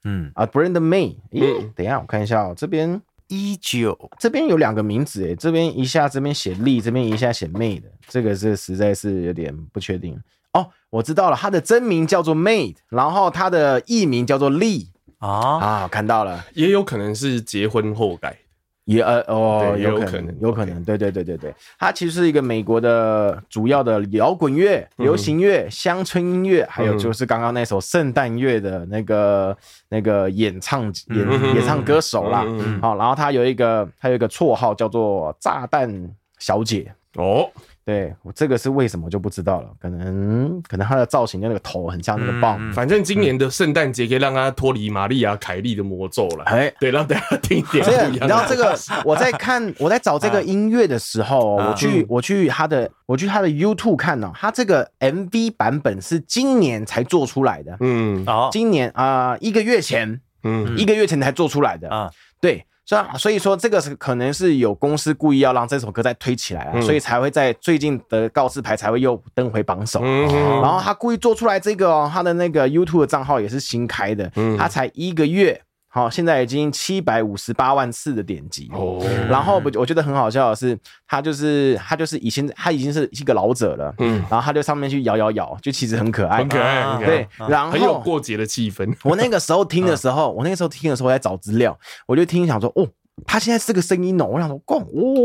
S3: 嗯，
S2: 啊，Brenda May。咦，
S1: 嗯
S2: 等一下，我看一下哦，这边
S3: 一九
S2: 这边有两个名字欸诶，这边一下这边写 Lee，这边一下写 May 的，这个是实在是有点不确定哦。我知道了，她的真名叫做 May，然后她的艺名叫做 Lee
S3: 啊，
S2: 啊，看到了。
S1: 也有可能是结婚后改。
S2: 也呃哦，
S1: 对
S2: 有
S1: 有
S2: 可
S1: 可
S2: 能
S1: 能，
S2: 有可能，对对对对对，它其实是一个美国的主要的摇滚
S1: 嗯
S2: 乐、流行乐、乡村音乐，还有就是刚刚那首圣诞乐的那个那个演唱演
S3: 嗯
S2: 演唱歌手啦。
S1: 嗯嗯嗯
S2: 好，然后他有一个他有一个绰号叫做“炸弹小姐
S1: 哦，”，
S2: 对我这个是为什么就不知道了，可能可能他的造型就那个头很像那
S1: 嗯
S2: 个棒，
S1: 反正今年的圣诞节可以让他脱离玛丽亚凯莉的魔咒了。
S2: 哎，
S1: 对，让大家听一点 (laughs)
S2: 这个，
S1: 不一
S2: 你
S1: 样
S2: 知道这
S1: 的。
S2: 个，我在看，我在找这个音乐的时候哦、
S3: 啊
S2: 我去
S1: 啊嗯
S2: 我去他的我去他的 YouTube 看哦，他这个 MV 版本是今年才做出来的，
S1: 嗯
S3: 哦，
S2: 今年啊、一个月前
S1: 嗯
S2: 一个月前才做出来的。
S3: 啊，
S2: 对，所以所以说这个是可能是有公司故意要让这首歌再推起来啊，
S1: 嗯
S2: 所以才会在最近的告示牌才会又登回榜首。
S1: 嗯
S2: 然后他故意做出来这个哦，他的那个 YouTube 的账号也是新开的，
S1: 嗯
S2: 他才一个月，好、现在已经七百五十八万次的点击。
S1: 哦，
S2: 然后我我觉得很好笑的是，他就是他就是以前他已经是一个老者了，
S1: 嗯，
S2: 然后他就上面去摇摇摇，就其实很可爱，
S1: 很可爱，
S3: 啊
S1: 很可
S2: 对
S1: 爱，，
S2: 然后
S1: 很有过节的气氛。
S2: (laughs) 我那个时候听的时候，
S3: 嗯
S2: 我那个时候听的时候我在找资料，我就听想说，哦，他现在这个声音哦，我想说，哇，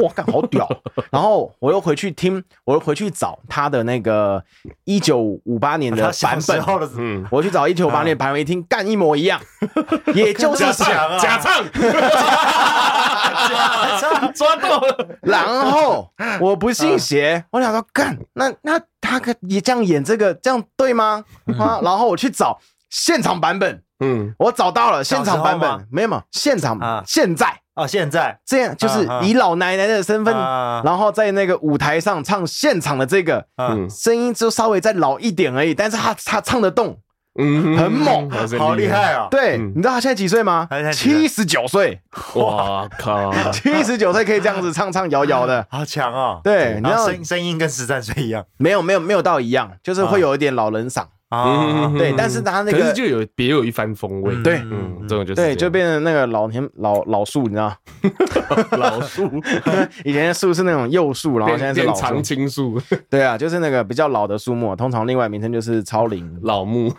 S2: 哇，干好屌。哦
S3: (laughs)
S2: 然后我又回去听，我又回去找他的那个一九五八年的
S3: 他
S2: 版
S3: 小时
S2: 本，
S3: 候的 (laughs)
S1: 嗯，
S2: 我去找一九五八年的版本一听，干一模一样，也就是
S1: 假
S3: 这样
S1: 唱，
S3: 啊
S1: 假唱，抓到了。
S2: 然后
S3: 嗯
S2: 我不信邪，我想说，干，那那他可也这样演这个，这样对吗？
S3: 嗯
S2: 啊，然后我去找现场版本，
S1: 嗯，
S2: 我找到了现场版
S3: 小时候
S2: 本
S3: 吗，
S2: 没有没有，现场、
S3: 啊
S2: 现在。
S3: 哦，现在
S2: 这样就是
S3: 啊啊
S2: 以老奶奶的身份，
S3: 啊
S2: 然后在那个舞台上唱现场的这个
S3: 嗯，
S1: 嗯
S2: 声音，就稍微再老一点而已，但是她她唱得动。
S1: 嗯，
S2: 很猛
S1: 还是
S3: 好厉害哦，
S2: 对，
S1: 嗯
S2: 你知道她现在几岁吗
S3: 她现在？几
S2: 七
S3: 岁啊
S2: 十九岁，
S1: 哇靠！
S2: 七十九岁可以这样子唱唱摇摇
S3: (laughs)。
S2: 的
S3: 好强哦。
S2: 对，你知
S3: 然后
S2: 道
S3: 声声音跟十三岁一样
S2: 没有没有没有到一样，就是会有一点老人嗓，
S1: 嗯
S3: 啊，
S2: 对但是他那个
S1: 可是就有别有一番风味。
S2: 对
S1: 嗯，这种就是
S2: 对，
S1: 这
S2: 就
S1: 样
S2: 变成那个老年老老树，你知
S3: (laughs)
S2: 道？
S1: 老树
S2: 以前的树是那种幼树，然后
S1: 变
S2: 现在
S1: 变
S2: 是老
S1: 常
S2: 树。
S1: 青树，
S2: 对啊，就是那个比较老的树木，通常另外名称就是超龄。
S1: 老
S2: (laughs)
S1: 木。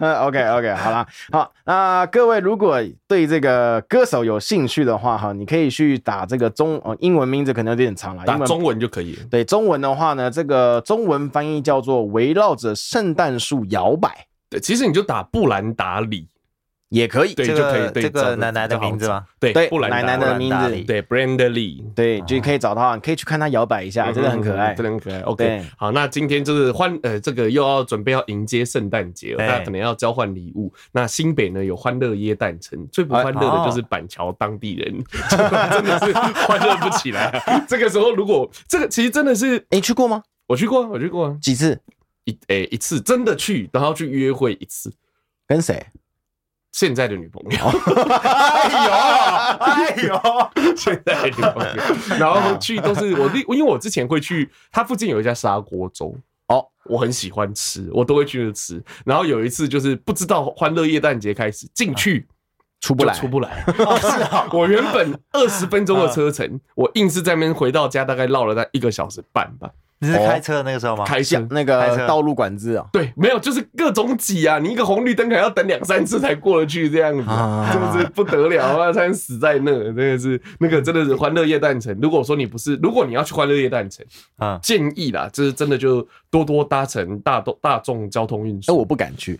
S2: OK OK，好啦，好，那各位如果对这个歌手有兴趣的话，哈，你可以去打这个中呃英文名字可能有点长了，
S1: 打
S2: 英文
S1: 中文就可以了。
S2: 对中文的话呢，这个中文翻译叫做围绕着圣诞树摇摆
S1: 对，其实你就打布兰达里，
S2: 也可以，
S1: 对，
S3: 这
S1: 就可以
S3: 个
S1: 对
S3: 这
S1: 找
S3: 个
S1: 得
S3: 奶奶的
S1: 比较好
S3: 名字吗？
S1: 对
S2: 对
S1: 布兰达
S2: 奶奶
S1: 布
S2: 的
S1: 兰
S2: 名
S3: 达
S2: 字
S3: 里，
S1: 对 Brand Lee。
S2: 对，就可以找到，你可以去看它摇摆一啊下，真的很可爱
S1: 嗯真。的很可爱。
S2: 对
S1: OK，好，那今天就是换呃，这个又要准备要迎接圣诞节了，
S3: 对
S1: 大家可能要交换礼物。那新北呢有欢乐耶诞城，最不欢乐的
S2: 哦
S1: 就是板桥当地人， (laughs) 真的是欢乐不起来啊、
S2: (laughs)
S1: 这个时候如果这个其实真的是
S2: 你去过吗？
S1: 我去过啊，我去过啊
S2: 几次？
S1: 一诶、一次，真的去，然后去约会一次，
S2: 跟谁？
S1: 现在的女朋友。
S3: (laughs) 哎呦，哎呦，
S1: 现在的地方 (laughs) 然后去都是我，因为我之前会去，它附近有一家砂锅粥
S2: 哦，
S1: 我很喜欢吃，我都会去那吃。然后有一次就是不知道欢乐夜诞节开始进去
S2: 出不
S1: 就
S2: 来，哦啊
S1: 出不
S2: (laughs)
S1: 来，啊我原本二十分钟的
S2: 嗯
S1: 车程，我硬是在那边回到家，大概绕了大概一个小时半吧，
S3: (laughs) 你是开车的那个时候吗？
S1: 哦开
S2: 像
S1: 箱。
S2: 那
S3: 开
S2: 个
S3: 车
S2: 道路管制啊。
S1: 对，没有，就是各种挤啊！你一个红绿灯可能要等两三次才过得去，这样子，
S2: 啊
S1: 真的是不得了啊！才死在那，真的是那个真的是欢乐夜诞城。如果说你不是，如果你要去欢乐夜诞城，
S3: 嗯，
S1: 建议啦，就是真的就多多搭乘大众大众交通运
S2: 哎，
S1: 输。
S2: 我不敢去，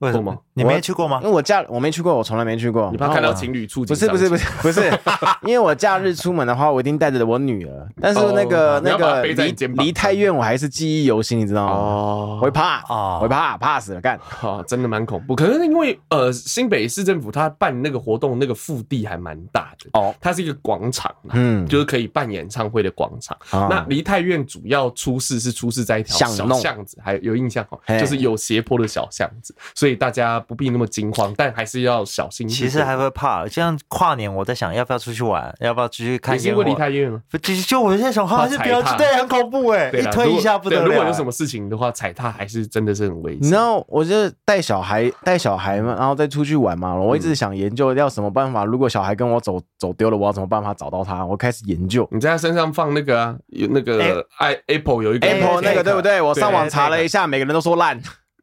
S3: 为什
S1: 过
S3: 么
S1: 吗？
S3: 你没去过吗
S2: 因为？我假我没去过，我从来没去过。
S1: 你怕看到情侣触
S2: 不
S1: 景
S2: 是
S1: 伤
S2: 不
S1: 情？
S2: 是不是不是，
S1: (laughs)
S2: 因为我假日出门的话，我一定带着我女儿。但是那个、
S1: 哦你
S2: 那
S1: 要把她
S2: 个
S1: 背在
S2: 离
S1: 你肩膀上
S2: 离太远，我还是记忆犹新，你知道吗？
S1: 哦
S2: 我会怕，
S3: 哦
S2: 我会怕，怕死了干。
S1: 啊，真的蛮恐怖。可能因为呃，新北市政府它办那个活动，那个腹地还蛮大的
S2: 哦
S1: 它是一个广场啦，
S2: 嗯，
S1: 就是可以办演唱会的广场。
S2: 啊
S1: 那梨泰院主要出事是出事在一条
S2: 巷
S1: 小
S2: 弄
S1: 巷子，还有印象哦
S2: 嘿，
S1: 就是有斜坡的小巷子，所以大家不必那么惊慌，但还是要小心。
S3: 其实还会怕，像跨年，我在想要不要出去玩，要不要出去看
S1: 你是
S3: 烟
S1: 因为
S3: 火
S1: 梨？泰院吗？
S3: 不就就我在想，还是不要
S1: 怕踩
S3: 去，
S1: 踏 (laughs)
S3: 对，很恐怖哎，
S1: 对
S3: 一
S1: 啦
S3: 推一下
S1: 如
S3: 不
S1: 果
S3: 得了。
S1: 对如果有什么事情的话，踩踏还是真的是很危
S2: 你
S1: 险。
S2: 知道，我就带小孩带小孩嘛，然后再出去玩嘛。我一直想研究要什么办法，如果小孩跟我走走丢了，我要怎么办法找到他？我开始研究。
S1: 你在他身上放那个啊，有那个 i Apple 有一个
S2: 哎 Apple 那个
S3: Tag
S2: 对不对？我上网
S3: 对
S2: 查
S3: Tag
S2: 了一下，每个人都说烂，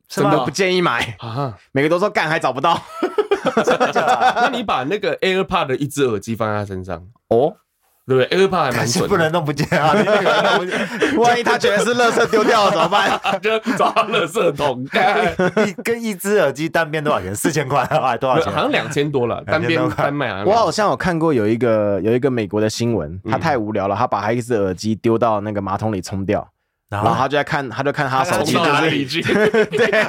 S3: 是
S2: 真
S3: 吗
S2: 的不建议买，
S1: 啊，
S2: 每个都说干还找
S1: (laughs)
S2: 不到。
S1: 那你把那个 AirPod 的一只耳机放在他身上，
S2: 哦，
S1: 对不对？AirPod 还蛮
S3: 但是
S1: 准
S3: 不能
S1: 的，
S3: 弄不见
S1: (laughs)
S3: 啊！你 (laughs) 那个弄不见
S2: 万一他觉得是垃圾丢掉了怎么办？
S1: (laughs) 就找到垃圾
S2: (laughs)
S1: 桶。干
S3: 一跟一只耳机单边多少钱？四千块啊还多少
S1: 好 (laughs)
S3: 钱？
S1: 像两千多了，单边
S3: 2000多块
S1: 单卖啊。
S2: 我好像有看过有一个有一个美国的新闻，
S1: 嗯
S2: 他太无聊了，他把他一只耳机丢到那个马桶里冲掉，
S3: 然
S2: 然后
S3: 后
S2: 他就在看，他就看他手
S1: 啊冲
S2: 机
S1: 到
S2: 就
S1: 哪
S2: 是
S1: 里
S2: (laughs)
S1: 去？对，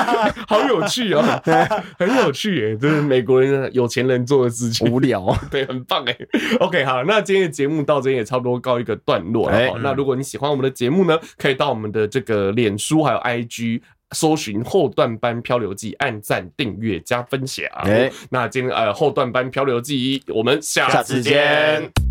S1: (laughs) 好有趣啊，很有趣耶！这是美国人有钱人做的事情。
S2: 无聊。
S1: 对，很棒哎。OK，好，那今天的节目到这边也差不多告一个段落了。
S2: 哎
S1: 好那如果你喜欢我们的节目呢，可以到我们的这个脸书还有 IG。搜寻后段班漂流记，按赞、订阅、加分享。
S2: 哎
S1: 那今天呃后段班漂流记，我们下
S2: 下
S1: 次
S2: 次
S1: 见
S2: 见。